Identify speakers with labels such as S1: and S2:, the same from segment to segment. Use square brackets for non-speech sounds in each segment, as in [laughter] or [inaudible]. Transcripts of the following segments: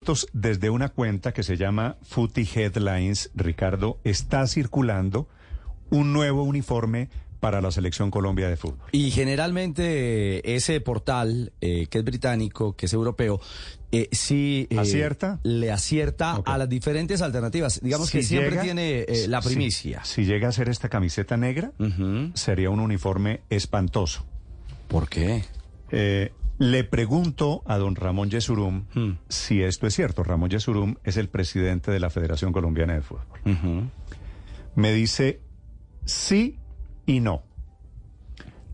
S1: datos desde una cuenta que se llama Footy Headlines, Ricardo, está circulando un nuevo uniforme para la selección Colombia de fútbol.
S2: Y generalmente eh, ese portal, eh, que es británico, que es europeo, eh, sí eh,
S1: ¿Acierta?
S2: le acierta
S1: Ok.
S2: a las diferentes alternativas. Digamos
S1: Si
S2: que siempre
S1: llega-
S2: tiene eh, la
S1: si-
S2: primicia.
S1: Si, llega a ser esta camiseta negra,
S2: Ujú.
S1: sería un uniforme espantoso.
S2: ¿Por qué?
S1: Eh, le pregunto a don Ramón Yesurum
S2: Hmm.
S1: si esto es cierto. Ramón Yesurum es el presidente de la Federación Colombiana de Fútbol.
S2: Ujú.
S1: me dice sí y no.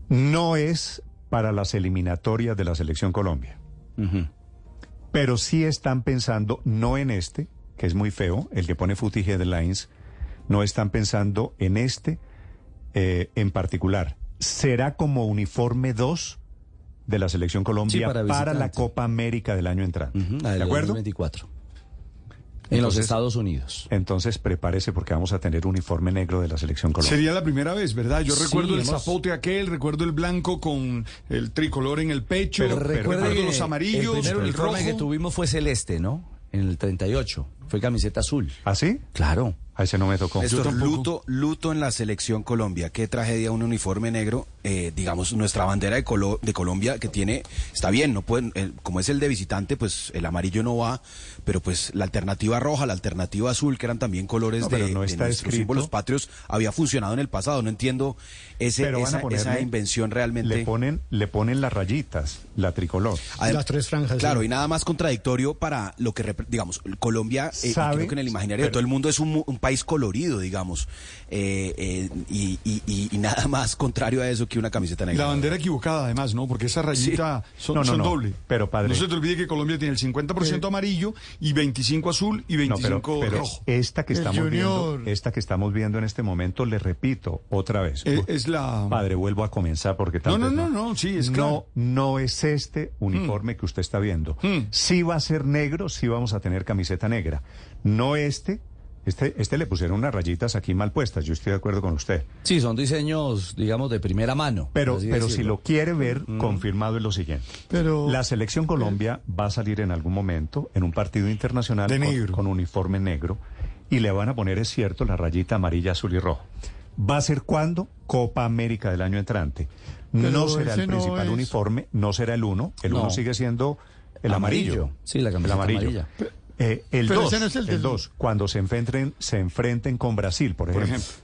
S1: No es para las eliminatorias de la Selección Colombia,
S2: Ujú.
S1: pero sí están pensando, no en este, que es muy feo, el que pone Footy Headlines, no están pensando en este eh, en particular. Será como uniforme 2 de la Selección Colombia
S2: para
S1: para, la
S2: visitante.
S1: Copa América del año entrante.
S2: Ujú, la
S1: ¿De
S2: del
S1: acuerdo?
S2: 2024. En los
S1: Entonces-
S2: Estados Unidos.
S1: Entonces prepárese porque vamos a tener uniforme negro de la Selección Colombia.
S3: Sería la primera vez, ¿verdad? Yo
S2: Sí,
S3: recuerdo el
S2: hemos-
S3: zapote aquel, recuerdo el blanco con el tricolor en el pecho,
S2: recuerde
S3: recuerdo
S2: que
S3: los
S2: El
S3: amarillos,
S2: primer
S3: el, rojo.
S2: uniforme que tuvimos fue celeste, ¿no? En el 38. Fue camiseta azul.
S1: ¿Así?
S2: Claro.
S1: ¿Ah, A ese no me tocó.
S4: Néstor,
S3: tampoco.
S4: luto, luto en la selección Colombia. Qué tragedia un uniforme negro. Eh, digamos, nuestra bandera de, Colo- de Colombia que tiene, está bien, no pueden, el- como es el de visitante, pues el amarillo no va, pero pues la alternativa roja, la alternativa azul, que eran también colores
S1: No, pero
S4: de,
S1: no
S4: de
S1: está
S4: nuestros
S1: escrito.
S4: símbolos patrios, había funcionado en el pasado. No entiendo ese,
S1: Pero van a
S4: esa,
S1: ponerle-
S4: esa invención
S1: Le
S4: realmente.
S1: ponen, le ponen las rayitas, la tricolor.
S4: Adem-
S5: Las tres franjas,
S4: Claro,
S5: sí.
S4: y nada más contradictorio para lo que, repre- digamos, Colombia, eh,
S1: Sabe,
S4: creo que en el imaginario de
S1: pero-
S4: todo el mundo es un, mu- un país colorido, digamos, eh, eh, y, y- y- y nada más [laughs] contrario a eso que una camiseta negra.
S3: La bandera equivocada, además, ¿no? Porque esa rayita son,
S1: No, no,
S3: son
S1: no.
S3: doble.
S1: Pero, padre-
S3: No se te olvide que Colombia tiene el 50% amarillo y 25 azul y
S1: No,
S3: 25
S1: pero, pero
S3: rojo.
S1: esta que
S5: El
S1: estamos viendo,
S5: Junior.
S1: esta que estamos viendo en este momento, le repito otra vez.
S3: Eh, es la-
S1: Padre, vuelvo a comenzar porque tal
S3: No, no,
S1: vez
S3: no, no, sí, es
S1: no,
S3: claro.
S1: no es este uniforme que usted está viendo.
S3: Mm.
S1: Sí va a ser negro, sí vamos a tener camiseta negra. No este, este, este le pusieron unas rayitas aquí mal puestas. Yo estoy de acuerdo con usted.
S2: Sí, son diseños, digamos, de primera mano.
S1: Pero,
S2: por así
S1: pero si
S2: decirlo.
S1: lo quiere ver,
S3: Hmm.
S1: confirmado es lo siguiente.
S5: Pero- Eh.
S1: la selección Colombia va a salir en algún momento en un partido internacional
S3: De
S1: con-
S3: negro.
S1: Con, uniforme negro y le van a poner, es cierto, la rayita amarilla, azul y rojo. ¿Va a ser cuándo? Copa América del año entrante. no
S5: Pero
S1: será el
S5: ese no
S1: principal
S5: es-
S1: uniforme, no será el uno. El
S2: No.
S1: uno sigue siendo el amarillo.
S2: Amarillo. Sí, la
S1: el
S2: camiseta
S1: amarillo.
S2: amarilla.
S1: Eh, el
S5: Pero
S1: 2,
S5: ese no es el
S1: el
S5: del-
S1: dos, cuando se enfrenten, se enfrenten con Brasil, por ejemplo.
S3: ejemplo.